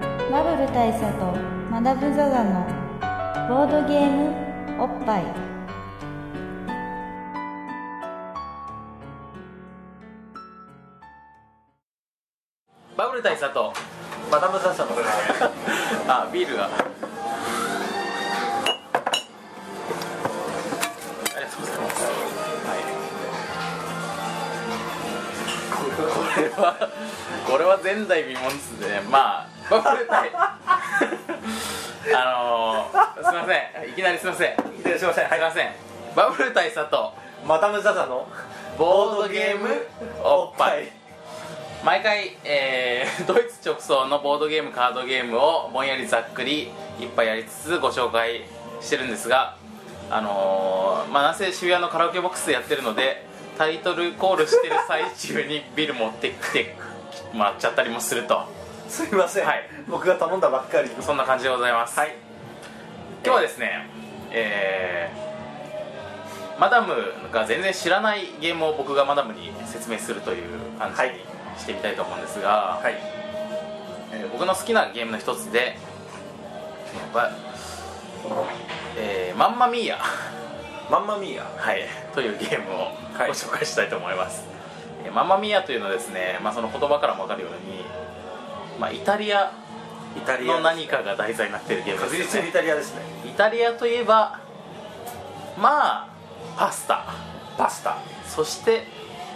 部大佐とマダム・ザ・ザのボードゲームおっぱいバブル大佐とマダムザサの あビールがありがとうございます、はい、これはこれは前代未聞ですねま あバブル大あのー、すいませんいきなりすいませんいたしません、すいませんバブル大佐とマダム・ザ・ザのボードゲームおっぱい毎回、えー ドイツ直送のボードゲームカードゲームをぼんやりざっくりいっぱいやりつつご紹介してるんですがあのーまあなんせ渋谷のカラオケボックスでやってるのでタイトルコールしてる最中にビール持ってきてもらっちゃったりもするとすみません、はい僕が頼んだばっかりそんな感じでございます、はい今日はですねえーマダムが全然知らないゲームを僕がマダムに説明するという感じにはいしてみたいと思うんですが、はいえー僕の好きなゲームの一つで「ばえーマンマミーヤ」 マンマミーヤはい、というゲームをはいご紹介したいと思います、えーマンマミーヤというのはですね、まあ、その言葉からも分かるように、まあ、イタリアイタリアの何かが題材になっているゲーム確ですよ実にイねタリアですねイタリアといえばまあパスタパスタそして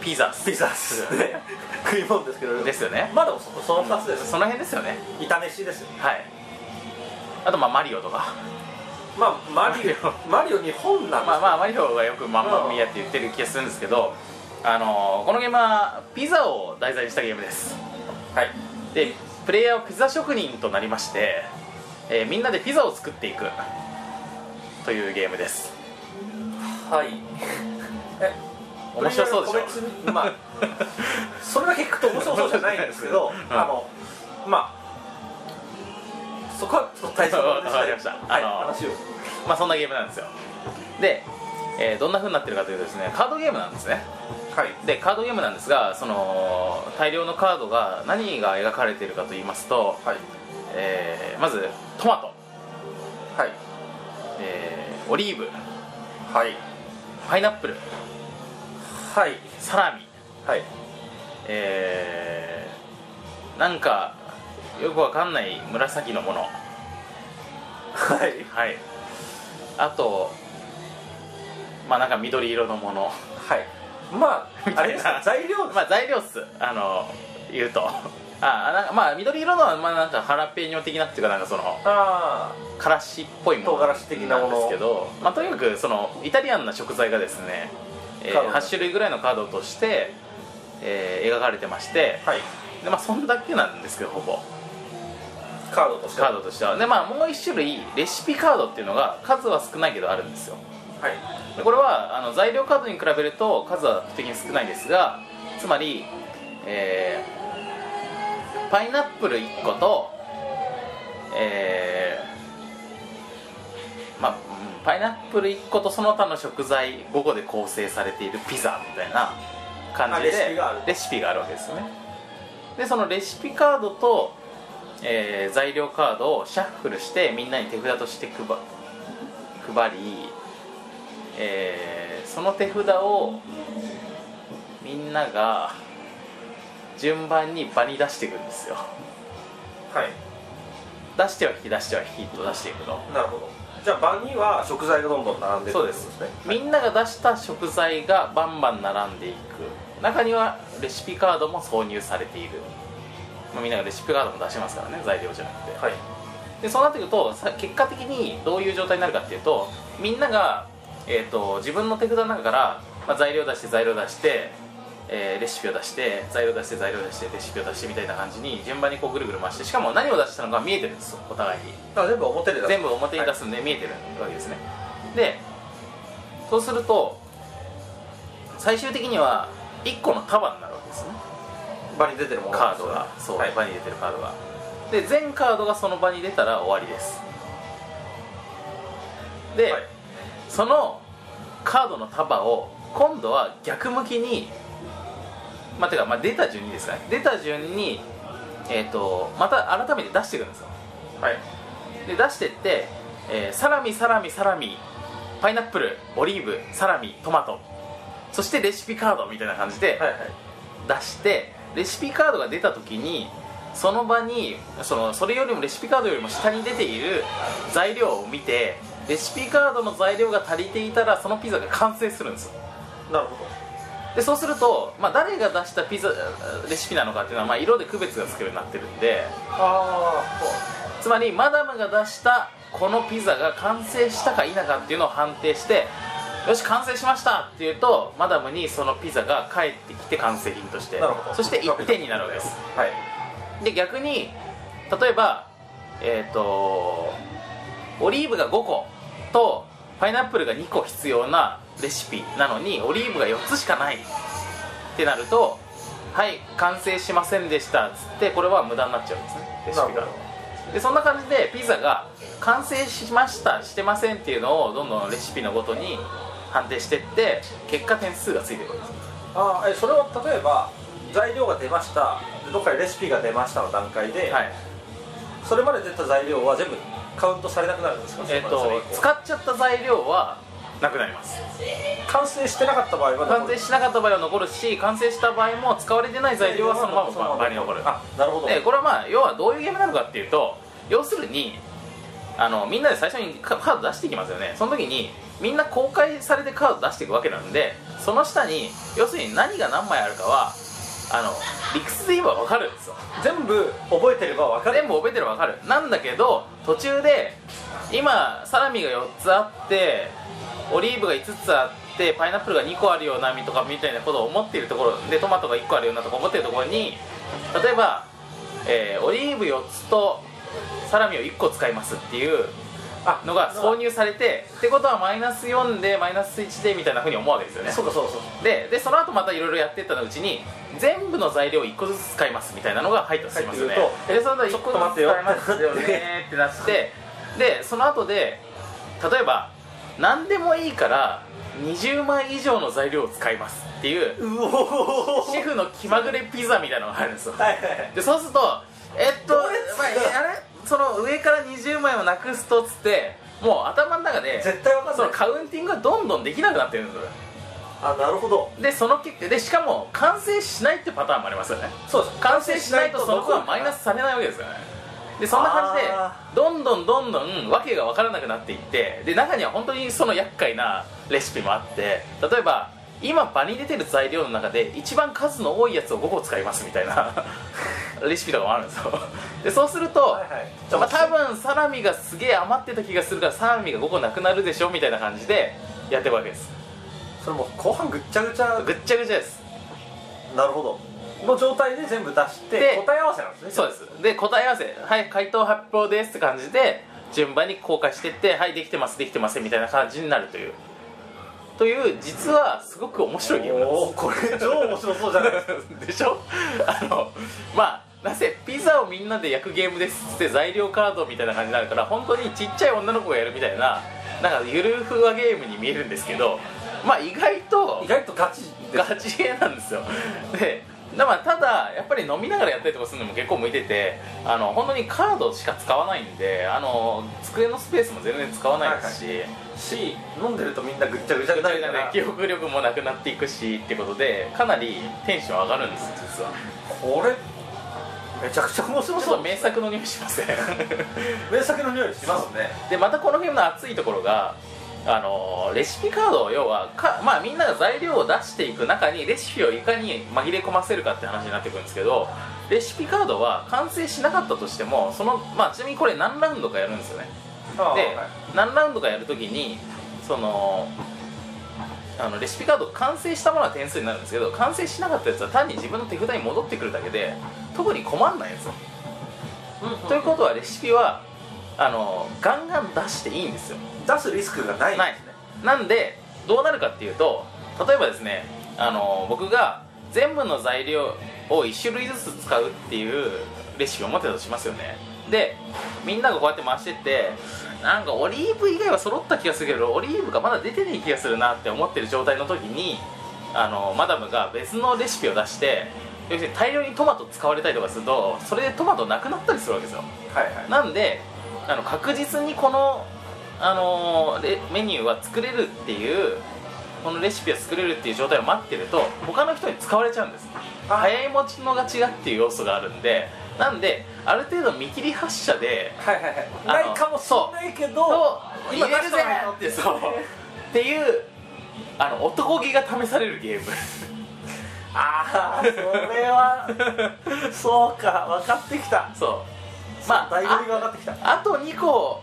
ピザピザですね食い物ですけ どですよねまだそその2つです、その辺ですよね炒めしですよはいあとまあマリオとかまあマリマオマリオ日本なんですまあまあマリオがよく「マンマミーヤ」って言ってる気がするんですけど、あのーこのゲームはピザを題材にしたゲームですはいでプレイヤーはピザ職人となりまして、えーみんなでピザを作っていくというゲームですはいえ面白そうでしょプレイヤーの個別に まあそれだけ聞くと面白そうじゃないんですけど、うんあのまあそこはちょっと大切なこと でわかりましたはい、あの話をまあそんなゲームなんですよで、えーどんな風になってるかというとですねカードゲームなんですねはいでカードゲームなんですがその大量のカードが何が描かれているかと言いますと、はいえーまずトマト、はいえーオリーブはいパイナップルはいサラミはいえーなんかよくわかんない紫のものはいはいあとまあなんか緑色のものはいまああれですか材料まあ材料っすあの言うとあなんかまあ緑色のはまあなんかハラペーニョ的なっていうかなんかそのあからしっぽいもの唐辛子的なものんですけど、まあ、とにかくそのイタリアンな食材がですね、えーカード8種類ぐらいのカードとして、えー描かれてましてーはいでまあそんだけなんですけどほぼカードとしてカードとしてはでまあもう一種類レシピカードっていうのが数は少ないけどあるんですよはいでこれはあの材料カードに比べると数は的に少ないですがつまり、えーパイナップル1個とえーまあうんパイナップル1個とその他の食材5個で構成されているピザみたいな感じであレシピがあるレシピがあるわけですよねでそのレシピカードと、えー材料カードをシャッフルしてみんなに手札として配配り、えーその手札をみんなが順番に場に出していくんですよはい出しては引き出しては引きと出していくとなるほどじゃあ盤には食材がどんどん並んでるそうですねみんなが出した食材がバンバン並んでいく中にはレシピカードも挿入されている、まあ、みんながレシピカードも出しますからね材料じゃなくてはいでそうなってくるとさ結果的にどういう状態になるかっていうとみんなが、えー、と自分の手札の中から、まあ、材料出して材料出して、えーレシピを出して材料出して材料出してレシピを出してみたいな感じに順番にこうぐるぐる回してしかも何を出したのか見えてるんですよお互いにだから全部表で出す全部表に出すんで見えてるわけですね、でそうすると最終的には1個の束になるわけですね場に出てるものカードがそう、はい場に出てるカードがで全カードがその場に出たら終わりですで、はいそのカードの束を今度は逆向きにまあてかまあ出た順にですかね出た順にえっ、とまた改めて出していくんですよはいで出してって、えーサラミサラミサラミパイナップルオリーブサラミトマトそしてレシピカードみたいな感じではいはい出して、レシピカードが出た時にその場にそのそれよりもレシピカードよりも下に出ている材料を見てレシピカードの材料が足りていたらそのピザが完成するんですよなるほどでそうすると、まあ、誰が出したピザレシピなのかっていうのは、まあ、色で区別がつくようになってるんでああそうつまりマダムが出したこのピザが完成したか否かっていうのを判定してよし完成しましたっていうとマダムにそのピザが返ってきて完成品としてなるほどそして1点になるわけですはいで逆に例えばえっ、とオリーブが5個とパイナップルが2個必要なレシピなのにオリーブが4つしかないってなるとはい完成しませんでしたっつってこれは無駄になっちゃうんですねレシなるピほどがでそんな感じでピザが完成しましたしてませんっていうのをどんどんレシピのごとに判定してって結果点数がついてくるんですああえそれを例えば材料が出ましたでどっかでレシピが出ましたの段階で、はいそれまで出た材料は全部カウントされなくなるんですかえっ、それと以降使っちゃった材料はなくなります完成してなかった場合は完成ししなかった場合は残るし完成した場合も使われてない材料はそのまま場合に残るあなるほどでこれはまあ要はどういうゲームなのかっていうと要するにあのみんなで最初にカカード出していきますよねその時にみんな公開されてカード出していくわけなんでその下に要するに何が何枚あるかはあの理屈で言えば分かるんですよ全部覚えてれば分かる全部覚えてる分かるなんだけど途中で今サラミが4つあってオリーブが5つあってパイナップルが2個あるようなみとかみたいなことを思っているところでトマトが1個あるようなとか思っているところに例えば、えーオリーブ4つとサラミを1個使いますっていうあのが挿入されてってことはマイナス4でマイナス1でみたいなふうに思うわけですよねそうかそうかそうかででその後またいろいろやってったのうちに全部の材料を1個ずつ使いますみたいなのが入ったとしますよね入ってでその後1ちょっ個と待ずつってよ使いますよねってな ってでその後で例えば何でもいいから20枚以上の材料を使いますっていううおシェフの気まぐれピザみたいなのがあるんですよはいはいはいでそうするとえっと、どまうですかあ、えあれその上から20枚をなくすとっつってもう頭の中で絶対分かんそなのいカウンティングがどんどんできなくなってるんですよあなるほどでその結果でしかも完成しないってパターンもありますよねそうです完成しないとその子はマイナスされないわけですよねでそんな感じであどんどんどんどん訳が分からなくなっていってで中には本当にその厄介なレシピもあって例えば今場に出てる材料の中で一番数の多いやつを5個使いますみたいな レシピとかもあるんですよでそうすると、はいはいまあ、多分サラミがすげえ余ってた気がするからサラミが5個なくなるでしょみたいな感じでやっていくわけですそれもう後半ぐっちゃぐちゃぐっちゃぐちゃですなるほどの状態で全部出してで答え合わせなんですねそうですで答え合わせはい回答発表ですって感じで順番に公開してってはいできてますできてませんみたいな感じになるというという実はすごく面白いゲームなんおおこれ超面白そうじゃないですか ですでしょあのまあなぜピザをみんなで焼くゲームですっつって材料カードみたいな感じになるから本当にちっちゃい女の子がやるみたいななんかゆるふわゲームに見えるんですけどまあ意外と意外とガチでガチゲーなんですよでだからただやっぱり飲みながらやったりとかするのも結構向いててあの本当にカードしか使わないんであの机のスペースも全然使わないですし、し飲んでるとみんなぐっちゃぐちゃになるから記憶力もなくなっていくしってことでかなりテンション上がるんです実はこれめちゃくちゃ面白ちょっそとう名作の匂いしません名作の匂いしますねでまたこのゲームの熱いところがあのレシピカードを要はか、まあ、みんなが材料を出していく中にレシピをいかに紛れ込ませるかって話になってくるんですけどレシピカードは完成しなかったとしてもその、まあ、ちなみにこれ何ラウンドかやるんですよねあで何ラウンドかやるときにそのあのレシピカード完成したものは点数になるんですけど完成しなかったやつは単に自分の手札に戻ってくるだけで特に困んないんですよということはレシピはあのガンガン出していいんですよ出すリスクがないないですねなんでどうなるかっていうと例えばですねあの僕が全部の材料を1種類ずつ使うっていうレシピを持ってたとしますよねでみんながこうやって回してってなんかオリーブ以外は揃った気がするけどオリーブがまだ出てない気がするなって思ってる状態の時にあのマダムが別のレシピを出して要するに大量にトマト使われたりとかするとそれでトマトなくなったりするわけですよはいはいなんであの確実にこの、あのーレメニューは作れるっていうこのレシピは作れるっていう状態を待ってると他の人に使われちゃうんですあ早いもちのがちがっていう要素があるんでなんである程度見切り発車ではいはいあはいのないかもしれないけどと今今出出しるたぜのってそうっていうあの男気が試されるゲームああそれはそうか分かってきたそうまあ醍醐味が分かってきたあと2個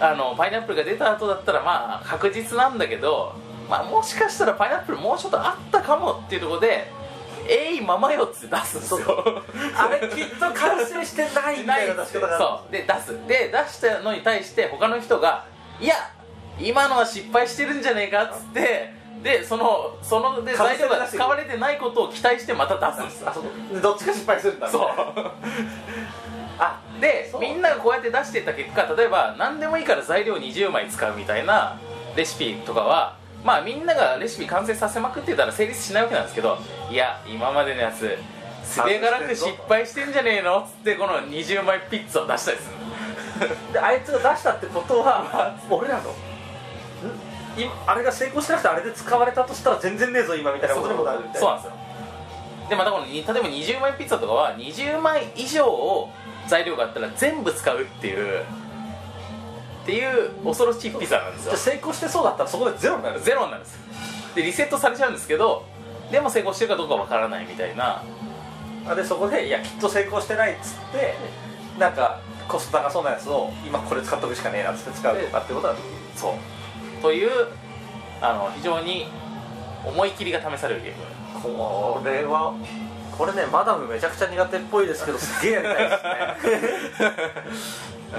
あのパイナップルが出た後だったらまあ確実なんだけど、まあ、もしかしたらパイナップルもうちょっとあったかもっていうところで「えいままよ」って出すんですよあれきっと完成してないみたいな出し方があるそうで出すで出したのに対して他の人が「いや今のは失敗してるんじゃねえか」っつってでそのそので完成材料出がして使われてないことを期待してまた出すんですあそうどっちか失敗するんだそう みたいなあでそうみんながこうやって出してった結果例えば何でもいいから材料20枚使うみたいなレシピとかはまあみんながレシピ完成させまくってたら成立しないわけなんですけどいや今までのやつすべがらく失敗してんじゃねえのっつってこの20枚ピッツァを出したりするであいつが出したってことは俺らのんいあれが成功しなくてあれで使われたとしたら全然ねえぞ今みたいなことにもなるみたいなそうなんですよでまたこのに例えば20枚ピッツァとかは20枚以上を材料があったら全部使うっていうっていう恐ろしいピザなんですじよゃあ成功してそうだったらそこでゼロになるゼロになるんですでリセットされちゃうんですけどでも成功してるかどうかわからないみたいなあでそこでいやきっと成功してないっつってなんかコスト高そうなやつを今これ使っとくしかねえなっつって使うとかってことだそうというあの非常に思い切りが試されるゲームこれはこれねマダムめちゃくちゃ苦手っぽいですけどすげえやりたいですね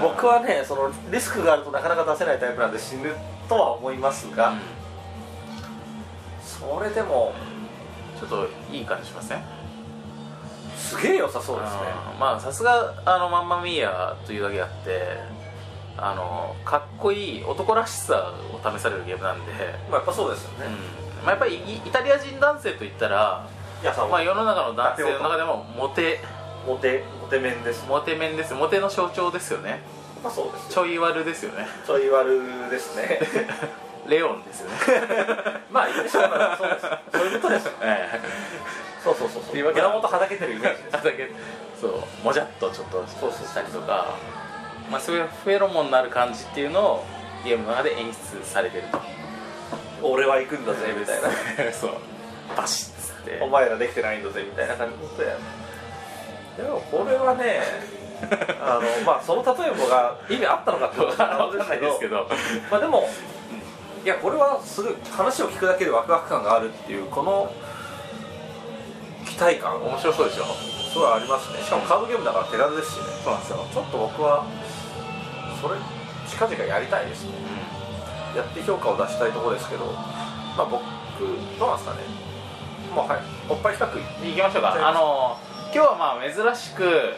僕はねそのリスクがあるとなかなか出せないタイプなんで死ぬとは思いますが、それでもちょっといい感じしますねすげえ良さそうですねあーまあさすがあのマンマミーヤというだけあってあのかっこいい男らしさを試されるゲームなんで、まあやっぱそうですようんね、まあ、やっぱりイイタリア人男性といったら、いやさ、まあ、世の中の男性の中でもモテモテモテ面ですモテ面ですモテの象徴ですよねまあそうですちょい悪ですよねちょい悪ですね レオンですよねまあいいでしょうからそうですそういうことですえそうそうそうそうというわけで胸元はだけてるイメージえですだけそうもじゃっとちょっとそうそうしたりとかまあそういうフェロモンのある感じっていうのをゲームの中で演出されてると俺は行くんだぜみたい なそうバシッつってお前らできてないんだぜみたいな感じのことやでもこれは ねあのまあその例えばが意味あったのかってことは分かんないですけどまあでも、いやこれはすごい話を聞くだけでワクワク感があるっていうこの期待感面白そうでしょすごいありますねしかもカードゲームだから手軽ですしねそうなんですよちょっと僕はそれ近々やりたいですねやって評価を出したいところですけどまあ僕どうなんですかねもうはいおっぱい企画行きましょうかあの今日はまあ珍しく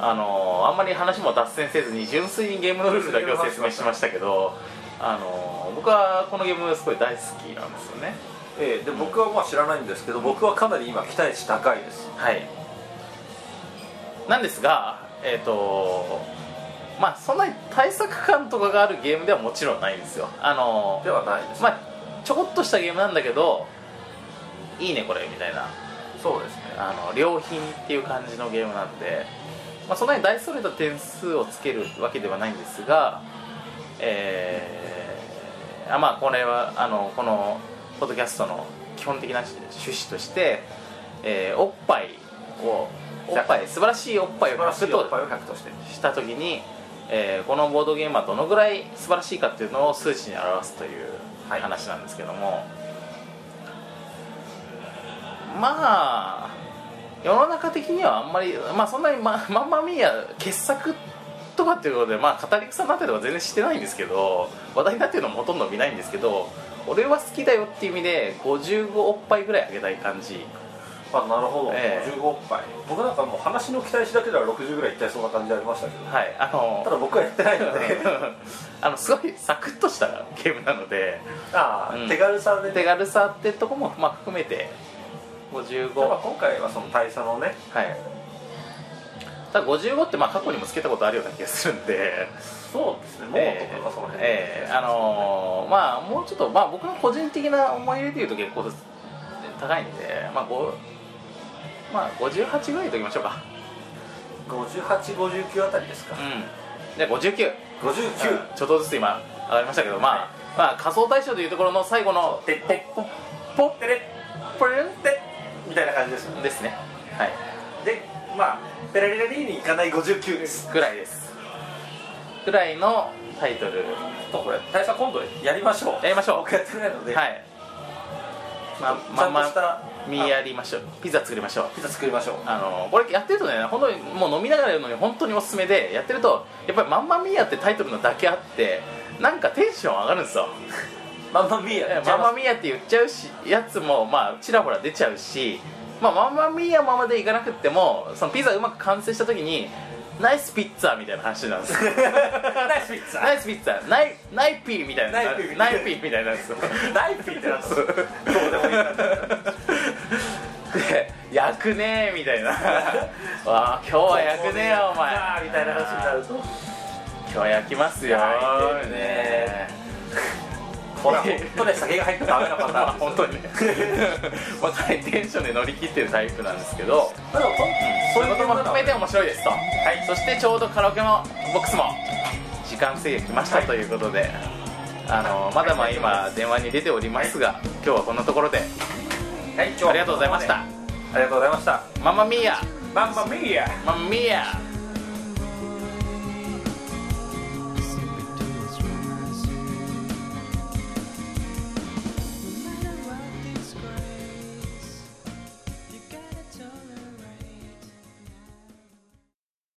あのあんまり話も脱線せずに純粋にゲームのルールだけを説明しましたけどあの僕はこのゲームすごい大好きなんですよねええで僕はまあ知らないんですけど僕はかなり今期待値高いですはいなんですがえっ、とまあそんなに対策感とかがあるゲームではもちろんないんですよあのではないです、まあちょこっとしたゲームなんだけどいいねこれみたいなそうですねあの良品っていう感じのゲームなんで、まあ、そんなに大それた点数をつけるわけではないんですがえーあまあこれはあのこのポッドキャストの基本的な趣旨として、えーおっぱいをおっぱい素晴らしいおっぱい素を晴らし100いおっとぱいを100としてした時に、えーこのボードゲームはどのぐらい素晴らしいかっていうのを数値に表すというはい話なんですけども、まあ世の中的にはあんまり、まあ、そんなにま「まんまみーや」傑作とかっていうことで、まあ、語り草になったりとか全然してないんですけど話題になってるのもほとんど見ないんですけど俺は好きだよっていう意味で55おっぱいぐらいあげたい感じあなるほど、ええ55おっぱい僕なんかもう話の期待値だけでは60ぐらいいっちゃいそうな感じありましたけどはいあのただ僕はやってないの であのすごいサクッとしたゲームなのであ あ、うん手軽さでね手軽さってとこも、まあ、含めて55まあは今回はその大佐のねいただ55ってまあ過去にもつけたことあるような気がするんでそうですねモえートとかがその辺ええあのーまあもうちょっとまあ僕の個人的な思い入れでいうと結構高いんでまあごまあ58ぐらいときましょうか5859あたりですか、うんじゃあ59、 59ちょっとずつ今上がりましたけどまあ、まあ仮想対象というところの最後のでポッでポッポッででポレンでみたいな感じですよねですねはいでまあペラリラリーに行かない59ですぐらいですぐらいのタイトルとこれ大佐今度やりましょうやりましょう僕やってないので、はいまちゃまんんまとした、見やりましょうピザ作りましょうピザ作りましょうあのこれやってるとね本当にもう飲みながらやるのに本当におすすめでやってるとやっぱり「まんまみや」ってタイトルのだけあってなんかテンション上がるんですよマンマミーえヤーママミヤって言っちゃうしやつもまあちらほら出ちゃうし、まあ、ママミヤままでいかなくってもそのピザうまく完成した時にナイスピッツァみたいな話なんですよナイスピッツナァイスピッツァナイナイピーみたいなナイピーナイピーみたいなんですよナイピーってなったそうどうでもいいからで焼くねーみたいな わあ今日は焼くねーよお前あーみたいな話になると今日は焼きますよ焼いてるね ほら本当ね酒が入ったらダメなパタまあーンですよ本当 にねまあかなりテンションで乗り切ってるタイプなんですけどまあでも本当そうにいそうういうことも含めて面白いですと、はい、そしてちょうどカラオケもボックスも時間制限来ましたということで、あのまだまあ今電話に出ておりますが、今日はこんなところではい今日はありがとうございましたありがとうございましたママミーヤマンマミーヤママミーヤ